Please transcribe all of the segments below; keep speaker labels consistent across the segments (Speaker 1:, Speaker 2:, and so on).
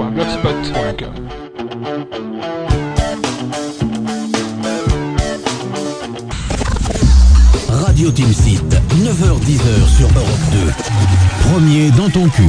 Speaker 1: Oncast.blogspot.com
Speaker 2: Radio Team Seat, 9h-10h sur Europe 2. Premier dans ton cul.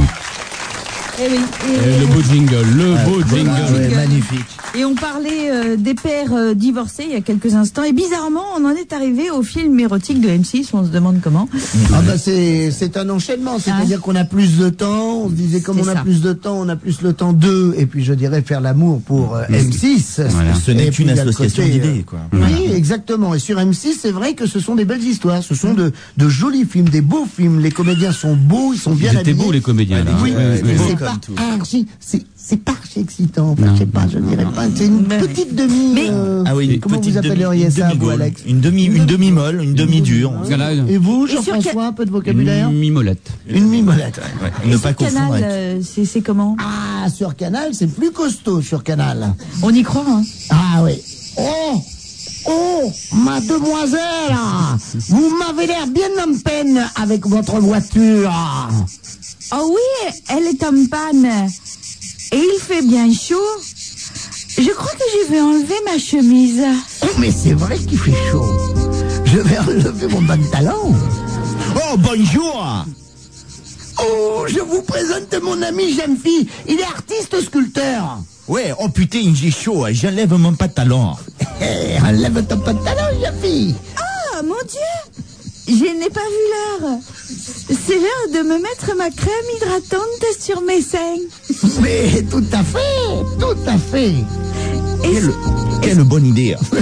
Speaker 3: Eh oui, et-
Speaker 4: Et le beau jingle, le
Speaker 2: Ah,
Speaker 4: beau jingle.
Speaker 3: ouais,
Speaker 2: magnifique.
Speaker 3: Et on parlait euh, des pères euh, divorcés il y a quelques instants. Et bizarrement, on en est arrivé au film érotique de M6. On se demande comment.
Speaker 5: Ah bah c'est c'est un enchaînement, c'est-à-dire qu'on a plus de temps, on se disait comme
Speaker 3: Hein C'est
Speaker 5: on a
Speaker 3: ça.
Speaker 5: plus de temps, on a plus le temps d'eux, et puis je dirais faire l'amour pour euh, M6.
Speaker 6: Voilà. Ce n'est
Speaker 5: Et
Speaker 6: qu'une
Speaker 5: puis, à
Speaker 6: association
Speaker 5: côté,
Speaker 6: d'idées,
Speaker 5: euh,
Speaker 6: quoi.
Speaker 5: Oui, exactement. Et sur M6, c'est vrai que ce sont des belles histoires, ce sont de, de jolis films, des beaux films, les comédiens sont beaux, ils sont bien
Speaker 4: Ils étaient
Speaker 5: habillés.
Speaker 4: beaux, les comédiens, là.
Speaker 5: Oui,
Speaker 4: Ouais, ouais,
Speaker 5: mais
Speaker 4: ouais.
Speaker 5: c'est
Speaker 6: Beaux
Speaker 5: pas
Speaker 6: comme tout.
Speaker 5: archi, c'est c'est pas archi excitant, Enfin, je sais pas, je dirais pas, c'est une
Speaker 3: Mais-
Speaker 5: petite demi,
Speaker 3: Mais-
Speaker 5: euh,
Speaker 6: Ah oui, une
Speaker 5: comment
Speaker 6: petite
Speaker 5: vous
Speaker 6: demi-
Speaker 5: appelleriez
Speaker 6: une
Speaker 5: ça, vous,
Speaker 6: demi-gaule,
Speaker 5: Alex
Speaker 6: Une demi, une demi molle, une demi dure.
Speaker 4: Parce que là,
Speaker 5: Et vous,
Speaker 3: Et sur quel-
Speaker 5: Jean-François, un peu de vocabulaire
Speaker 4: Une
Speaker 6: Mmh.
Speaker 4: mimolette.
Speaker 5: Une mimolette.
Speaker 6: Ne
Speaker 3: Sur
Speaker 6: pas confondre.
Speaker 3: Canal,
Speaker 6: avec-
Speaker 3: euh, c'est c'est comment
Speaker 5: Ah, sur Canal, c'est plus costaud sur Canal.
Speaker 3: On y croit. Hein.
Speaker 5: Ah oui. Oh Oh Mademoiselle Vous m'avez l'air bien en peine avec votre voiture
Speaker 3: Oh oui, elle est en panne. Et il fait bien chaud. Je crois que je vais enlever ma chemise.
Speaker 5: Oh, mais c'est vrai qu'il fait chaud Je vais enlever mon pantalon
Speaker 6: Oh, bonjour
Speaker 5: Oh Je vous présente mon ami Jamfi Il est artiste sculpteur
Speaker 6: Ouais, oh putain, j'ai
Speaker 2: hein.
Speaker 6: chaud, j'enlève mon pantalon.
Speaker 5: Eh, enlève ton pantalon, Jamfi
Speaker 3: Oh mon Dieu Je n'ai pas vu l'heure. C'est l'heure de me mettre ma crème hydratante sur mes seins.
Speaker 5: Mais tout à fait Tout à fait
Speaker 3: Et
Speaker 6: Quelle, quelle bonne idée. hein.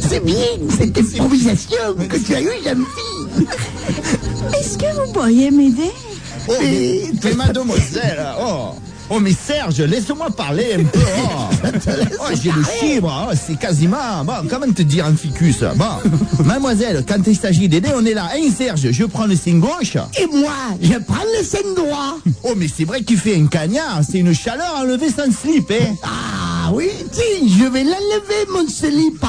Speaker 5: C'est bien cette improvisation que tu as eue, Jamfi
Speaker 3: est-ce que vous pourriez m'aider
Speaker 6: Oh, mais, mais mademoiselle, oh Oh mais Serge, laisse-moi parler un peu. Oh, Oh, j'ai le chibre, oh, c'est quasiment. Bon, comment te dire un ficus hein. Bon, mademoiselle, quand il s'agit d'aider, on est là. Hein Serge, je prends le signe gauche.
Speaker 5: Et moi, je prends le scène droit.
Speaker 6: Oh mais c'est vrai qu'il fait un cagnard, c'est une chaleur enlevée sans slip, hein
Speaker 5: Ah oui, tiens, je vais l'enlever, mon slipper.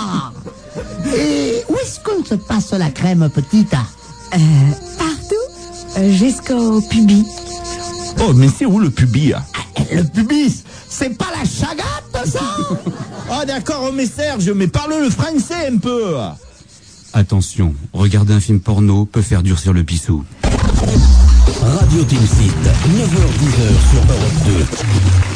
Speaker 5: Et où est-ce qu'on se passe la crème petite
Speaker 3: Euh, Partout euh, Jusqu'au pubis.
Speaker 6: Oh mais c'est où le pubis hein
Speaker 5: Le pubis, c'est pas la chagate, ça
Speaker 6: Oh d'accord, oh, mais Serge, mais parle le français un peu.
Speaker 4: Attention, regarder un film porno peut faire durcir le pissou.
Speaker 2: Radio Team Seat, 9h-10h sur Europe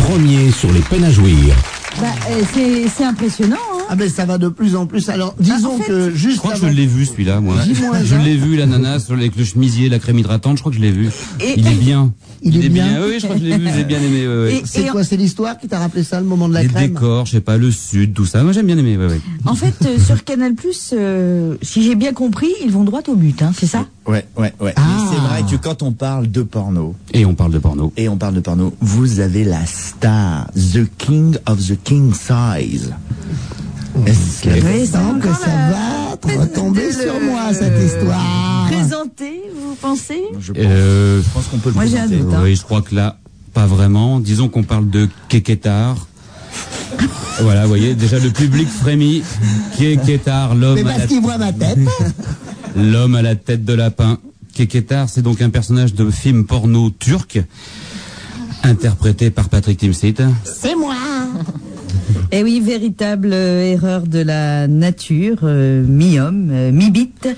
Speaker 2: 2. Premier sur les peines à jouir.
Speaker 3: Bah, euh, c'est c'est impressionnant. Hein
Speaker 5: Ah ben ça va de plus en plus. Alors disons
Speaker 3: Ah, en fait,
Speaker 5: que
Speaker 4: Je
Speaker 5: juste
Speaker 4: crois que je
Speaker 5: avant-
Speaker 4: l'ai vu celui-là, moi.
Speaker 5: Dis-moi,
Speaker 4: Je
Speaker 5: Jean.
Speaker 4: l'ai vu, l'ananas, avec le chemisier, la crème hydratante, je crois que je l'ai vu.
Speaker 3: Et-
Speaker 4: Il est bien.
Speaker 5: Il est bien
Speaker 4: Oui, je crois que je l'ai vu, j'ai bien aimé. ouais, ouais.
Speaker 3: Et-
Speaker 5: C'est quoi, c'est l'histoire qui t'a rappelé ça, le moment de la
Speaker 4: Les
Speaker 5: crème
Speaker 4: décors, je sais pas, le sud, tout ça. Moi, j'aime bien aimé, ouais, ouais.
Speaker 3: En fait, euh, sur Canal+, euh, si j'ai bien compris, ils vont droit au but, hein, c'est ça
Speaker 6: Ouais, ouais, ouais. Mais C'est vrai que quand on parle de porno,
Speaker 4: Et on parle de porno.
Speaker 6: et on parle de porno, vous avez la star, The King of the King Size. Oh, Est-ce que-
Speaker 3: Oui, c'est
Speaker 5: Donc
Speaker 3: encore
Speaker 5: ça
Speaker 3: la-
Speaker 5: va te retomber
Speaker 3: le-
Speaker 5: sur moi, cette histoire.
Speaker 3: Présenter, vous pensez
Speaker 6: Je pense,
Speaker 4: Euh,
Speaker 6: je pense qu'on peut le
Speaker 3: Moi, j'ai
Speaker 6: présenter.
Speaker 3: un
Speaker 5: hein.
Speaker 3: doute.
Speaker 4: Oui, je crois que là, pas vraiment. Disons qu'on parle de Kékétard. voilà, vous voyez, déjà le public frémit. Kékétard, l'homme
Speaker 5: Mais bah,
Speaker 4: à, la-
Speaker 5: parce qu'il voit ma tête.
Speaker 4: l'homme à la tête de lapin. Kékétard, c'est donc un personnage de film porno turc, interprété par Patrick Timsit.
Speaker 5: C'est moi.
Speaker 3: Eh oui, véritable euh, erreur de la nature, euh, mi-homme, euh, mi-bite.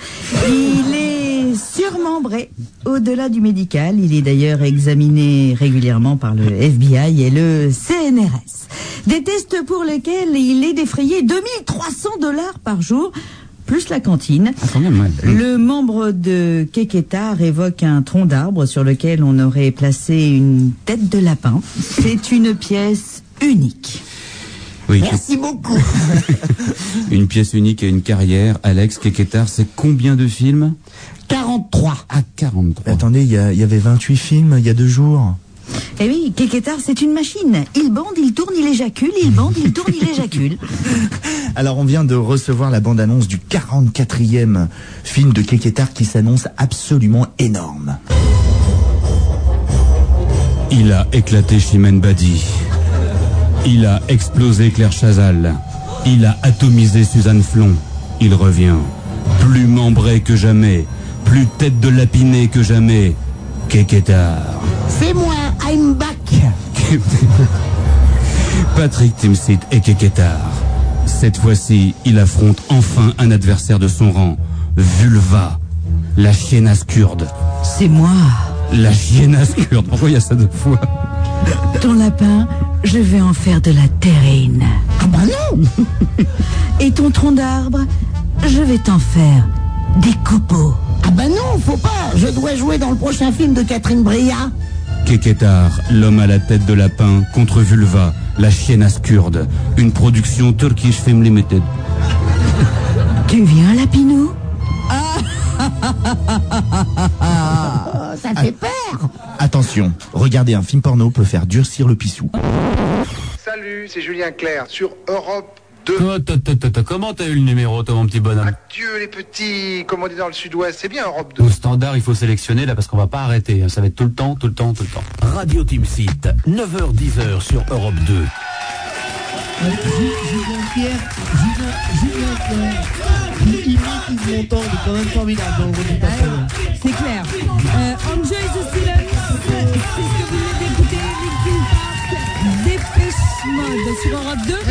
Speaker 3: Il est surmembré au-delà du médical. Il est d'ailleurs examiné régulièrement par le FBI et le CNRS. Des tests pour lesquels il est défrayé 2300 dollars par jour, plus la cantine.
Speaker 4: Ah, quand même, ouais.
Speaker 3: Le membre de Keketar évoque un tronc d'arbre sur lequel on aurait placé une tête de lapin. C'est une pièce unique.
Speaker 4: Oui,
Speaker 5: Merci beaucoup.
Speaker 4: une pièce unique et une carrière. Alex, Kékétard, c'est combien de films Ah,
Speaker 5: 43.
Speaker 4: À 43.
Speaker 6: Attendez, il y, a- il y avait 28 films il y a deux jours.
Speaker 3: Eh oui, Keketar, c'est une machine. Il bande, il tourne, il éjacule, il bande, il tourne, il éjacule.
Speaker 6: Alors on vient de recevoir la bande-annonce du 44e film de Keketar qui s'annonce absolument énorme.
Speaker 4: Euh, Il a éclaté Chimène Badi. Il a explosé Claire Chazal. Il a atomisé Suzanne Flon. Il revient. Plus membré que jamais. Plus tête de lapiné que jamais. Kékétard.
Speaker 7: C'est moi, I'm back.
Speaker 4: Patrick Timsit est Keketar. Cette fois-ci, il affronte enfin un adversaire de son rang, Vulva, la chiennasse kurde.
Speaker 3: C'est moi,
Speaker 4: La chiennasse kurde, pourquoi il y a ça deux fois
Speaker 3: ton lapin, je vais en faire de la terrine.
Speaker 7: Ah bah non
Speaker 3: Et ton tronc d'arbre, je vais t'en faire des copeaux.
Speaker 7: Ah bah non, faut pas. Je dois jouer dans le prochain film de Catherine Bria.
Speaker 4: Keketar, l'homme à la tête de lapin, contre Vulva, la chiennasse kurde. Une production Turkish Film Limited.
Speaker 3: Tu viens, Lapinou
Speaker 7: Ah. Oh, ça fait peur.
Speaker 6: Attention, regarder un film porno peut faire durcir le pissou.
Speaker 8: Salut, c'est Julien Clerc sur Europe 2.
Speaker 4: Comment t'as eu le numéro, toi, mon petit bonhomme
Speaker 8: Dieu, les petits, comme on dit dans le sud-ouest, c'est bien Europe 2.
Speaker 4: Au standard, il faut sélectionner là parce qu'on va pas arrêter. hein. Ça va être tout le temps, tout le temps, tout le temps.
Speaker 9: Radio Team Site, 9h10h sur Europe 2.
Speaker 5: Julien Pierre, Julien, Julien Pierre. Il manque, il m'entend, il est quand même formidable dans le rôle du patron.
Speaker 10: C'est clair. Euh, Enjoy the silence. C'est ce que vous venez d'écouter. Linkin Park. Dépêche Mode sur Europe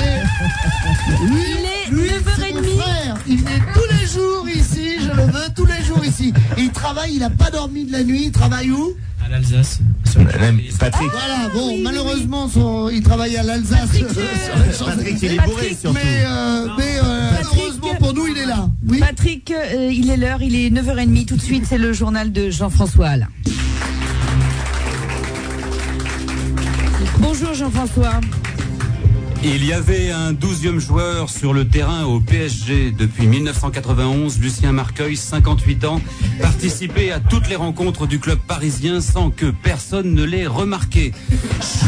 Speaker 10: 2. Il est
Speaker 5: Lui, c'est
Speaker 10: 9h30.
Speaker 5: mon frère. Il venait tous les jours ici, je le veux tous les jours ici. Il travaille, il n'a pas dormi de la nuit, il travaille où Ah,
Speaker 2: À l'Alsace.
Speaker 6: Patrick,
Speaker 5: Voilà,
Speaker 10: Ah
Speaker 5: bon, malheureusement, son- il travaille à l'Alsace.
Speaker 10: Patrick,
Speaker 5: Sur
Speaker 10: euh,
Speaker 5: les Champs-Élysées.
Speaker 6: il est
Speaker 10: Patrick,
Speaker 6: bourré surtout.
Speaker 5: Mais, euh, mais euh,
Speaker 10: Patrick,
Speaker 5: malheureusement pour nous, il est là. Oui.
Speaker 3: Patrick, euh, il est l'heure, il est 9h30. Tout de suite, c'est le journal de Jean-François Alain. Bonjour Jean-François.
Speaker 4: Il y avait un douzième joueur sur le terrain au PSG depuis 1991, Lucien Marqueuil, 58 ans, participé à toutes les rencontres du club parisien sans que personne ne l'ait remarqué.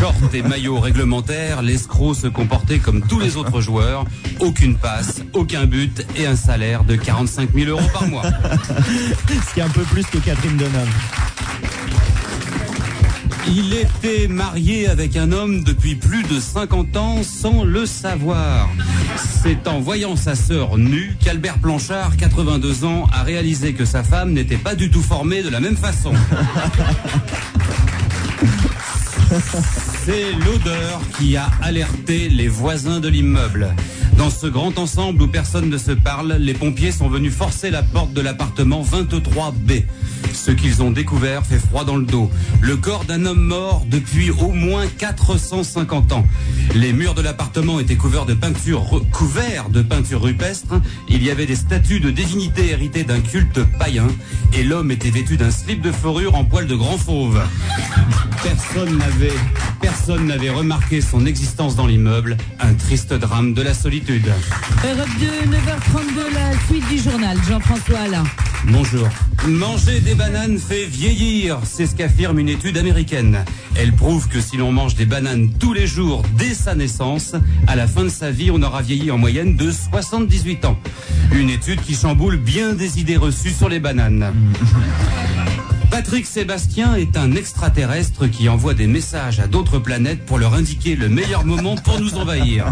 Speaker 4: Short et maillot réglementaire, l'escroc se comportait comme tous les autres joueurs, aucune passe, aucun but et un salaire de 45 000 euros par mois.
Speaker 6: ce qui est un peu plus que Catherine Deneuve.
Speaker 4: Il était marié avec un homme depuis plus de 50 ans sans le savoir. C'est en voyant sa sœur nue qu'Albert Blanchard, 82 ans, a réalisé que sa femme n'était pas du tout formée de la même façon. C'est l'odeur qui a alerté les voisins de l'immeuble. Dans ce grand ensemble où personne ne se parle, les pompiers sont venus forcer la porte de l'appartement 23B. Ce qu'ils ont découvert fait froid dans le dos. Le corps d'un homme mort depuis au moins 450 ans. Les murs de l'appartement étaient couverts de peinture, re- couverts de peinture rupestre. Il y avait des statues de divinités héritées d'un culte païen. Et l'homme était vêtu d'un slip de fourrure en poil de grand fauve. Personne n'avait, personne n'avait remarqué son existence dans l'immeuble, un triste drame de la solitude.
Speaker 3: Europe 2, 9h32, la suite du journal. Jean-François Alain.
Speaker 4: Bonjour. Manger des bananes fait vieillir, c'est ce qu'affirme une étude américaine. Elle prouve que si l'on mange des bananes tous les jours dès sa naissance, à la fin de sa vie, on aura vieilli en moyenne de 78 ans. Une étude qui chamboule bien des idées reçues sur les bananes. Patrick Sébastien est un extraterrestre qui envoie des messages à d'autres planètes pour leur indiquer le meilleur moment pour nous envahir.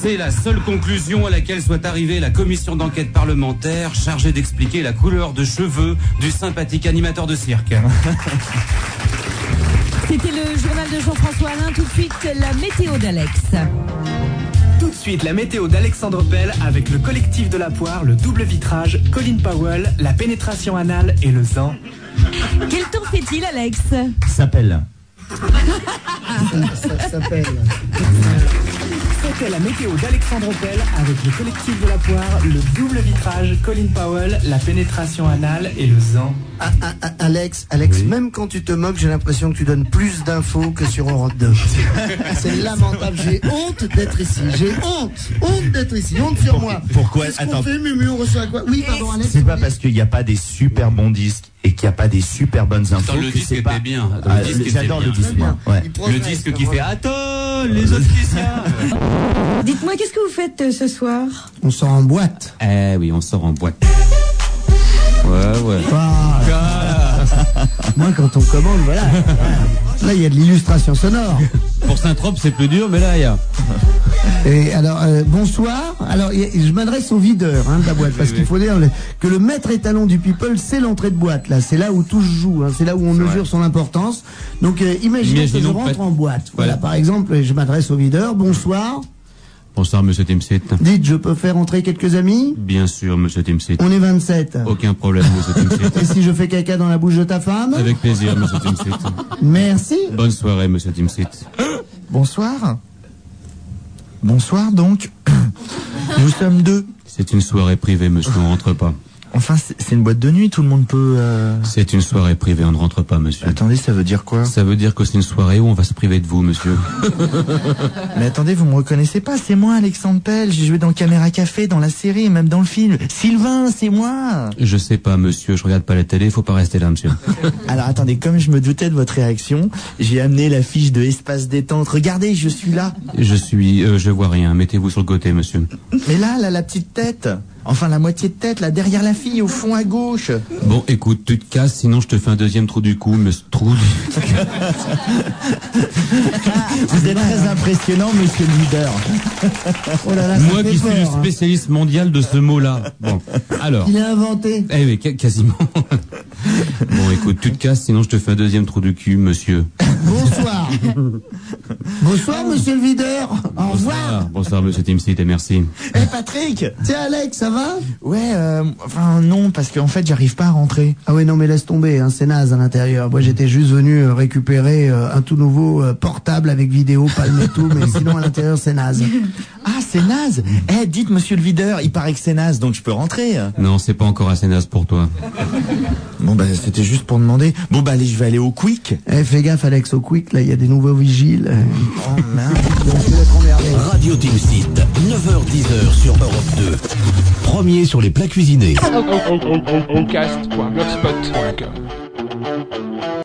Speaker 4: C'est la seule conclusion à laquelle soit arrivée la commission d'enquête parlementaire chargée d'expliquer la couleur de cheveux du sympathique animateur de cirque.
Speaker 11: Ah,
Speaker 3: C'était le journal de Jean-François Alain. Tout de suite, la météo d'Alex.
Speaker 2: Tout de suite, la météo d'Alexandre Pell avec le collectif de la poire, le double vitrage, Colin Powell, la pénétration anale et le sang.
Speaker 3: Quel temps fait-il, Alex
Speaker 6: S'appelle.
Speaker 5: Ça s'appelle.
Speaker 2: C'était la météo d'Alexandre Pell avec le collectif de la poire, le double vitrage, Colin Powell, la pénétration anale et le sang.
Speaker 5: Ah, ah, ah, Alex, Alex, même quand tu te moques, j'ai l'impression que tu donnes plus d'infos que sur Europe 2. C'est lamentable. J'ai honte d'être ici. J'ai honte, honte d'être ici, honte sur moi.
Speaker 6: pourquoi-
Speaker 5: Qu'est-ce qu'on
Speaker 6: attends.
Speaker 5: fait, Mumu On reçoit quoi Oui, pardon, Alex.
Speaker 6: C'est pas parce qu'il n'y a pas des super bons disques et qu'il n'y a pas des super bonnes infos.
Speaker 4: Attends, le
Speaker 6: que
Speaker 4: disque
Speaker 6: c'est
Speaker 4: était
Speaker 6: pas-
Speaker 4: bien. Attends, le
Speaker 6: Ah,
Speaker 4: disque était
Speaker 6: J'adore le
Speaker 4: bien.
Speaker 5: Très
Speaker 6: disque.
Speaker 5: bien.
Speaker 6: moi. Ouais.
Speaker 5: Il
Speaker 4: Le
Speaker 5: progresse,
Speaker 4: disque
Speaker 5: le
Speaker 4: qui fait
Speaker 5: voilà.
Speaker 4: Attends, les autres
Speaker 3: Dites-moi, qu'est-ce que vous faites euh, ce soir
Speaker 5: On sort en boîte.
Speaker 4: Eh oui, on sort en boîte. Ouais, ouais.
Speaker 5: Moi, quand on commande, voilà. Là, il y a de l'illustration sonore.
Speaker 4: Pour Saint-Trope, c'est plus dur, mais là, il y a.
Speaker 5: Et alors, euh, bonsoir. Alors, y- je m'adresse au videur hein, de la boîte, parce qu'il faut dire le- que le maître étalon du people, c'est l'entrée de boîte. Là, c'est là où tout se joue, hein, c'est là où on mesure son importance. Donc, euh, imaginons, que je
Speaker 12: Imaginons
Speaker 5: rentre
Speaker 12: peut-
Speaker 5: en boîte. Voilà,
Speaker 12: Voilà.
Speaker 5: par exemple, je m'adresse au videur. Bonsoir.
Speaker 11: Bonsoir, monsieur Timsit.
Speaker 5: Dites, je peux faire entrer quelques amis
Speaker 11: Bien sûr, monsieur Timsit.
Speaker 5: On est 27.
Speaker 11: Aucun problème, monsieur Timsit.
Speaker 5: Et si je fais caca dans la bouche de ta femme
Speaker 11: Avec plaisir, monsieur Timsit.
Speaker 5: Merci.
Speaker 11: Bonne soirée, monsieur Timsit.
Speaker 6: Bonsoir. Bonsoir donc. Nous sommes deux.
Speaker 11: C'est une soirée privée, monsieur, on rentre pas.
Speaker 6: Enfin, c'est c'est une boîte de nuit, tout le monde peut. euh,
Speaker 11: C'est une soirée privée, on ne rentre pas, monsieur. Attendez, ça veut dire quoi Ça veut dire que c'est une soirée où on va se priver de vous, monsieur.
Speaker 6: Mais attendez, vous me reconnaissez pas, c'est moi Alexandre Pell, j'ai joué dans Caméra Café, dans la série, et même dans le film. Sylvain, c'est moi
Speaker 11: Je sais pas, monsieur, je regarde pas la télé, faut pas rester là, monsieur.
Speaker 6: Alors attendez, comme je me doutais de votre réaction, j'ai amené la fiche de espace détente. Regardez, je suis là.
Speaker 11: Je suis, euh, je vois rien, mettez-vous sur le côté, monsieur.
Speaker 6: Mais là, là, la petite tête. Enfin, la moitié de tête, là, derrière la fille, au fond à gauche.
Speaker 11: Bon, écoute, tu te casses, sinon je te fais un deuxième trou du cou, mais ce trou du...
Speaker 6: Vous êtes très impressionnant, monsieur le leader. Oh
Speaker 11: Moi qui suis
Speaker 6: hein.
Speaker 5: hein.
Speaker 11: le spécialiste mondial de ce mot-là. Bon, alors.
Speaker 5: Il a inventé.
Speaker 11: Eh oui, ca- quasiment. bon, écoute, tu te casses, sinon je te fais un deuxième trou du cul, monsieur.
Speaker 5: Bonsoir. Bonsoir, monsieur le videur. Au revoir.
Speaker 11: Ah, bonsoir, monsieur Timsit, et merci.
Speaker 6: Eh Patrick
Speaker 5: Tiens, Alex, ça va
Speaker 6: Ouais, euh, enfin non, parce qu'en fait, j'arrive pas à rentrer.
Speaker 5: Ah ouais, non, mais laisse tomber, hein, c'est naze à l'intérieur. Moi, j'étais juste venu euh, récupérer euh, un tout nouveau euh, portable avec vidéo, palme et tout, mais sinon, à l'intérieur, c'est naze.
Speaker 6: Ah, c'est naze Eh, dites monsieur le videur, il paraît que c'est naze, donc je peux rentrer.
Speaker 11: Non, c'est pas encore assez naze pour toi.
Speaker 6: Bon, bah, c'était juste pour demander. Bon, bah, allez, je vais aller au quick.
Speaker 5: Eh, fais gaffe, Alex, au quick, là, il y a des nouveaux vigiles.
Speaker 6: Oh, merde.
Speaker 2: Radio Team Site, 9h-10h sur Europe 2. Premier sur les plats cuisinés.
Speaker 1: Oncast.blogspot.com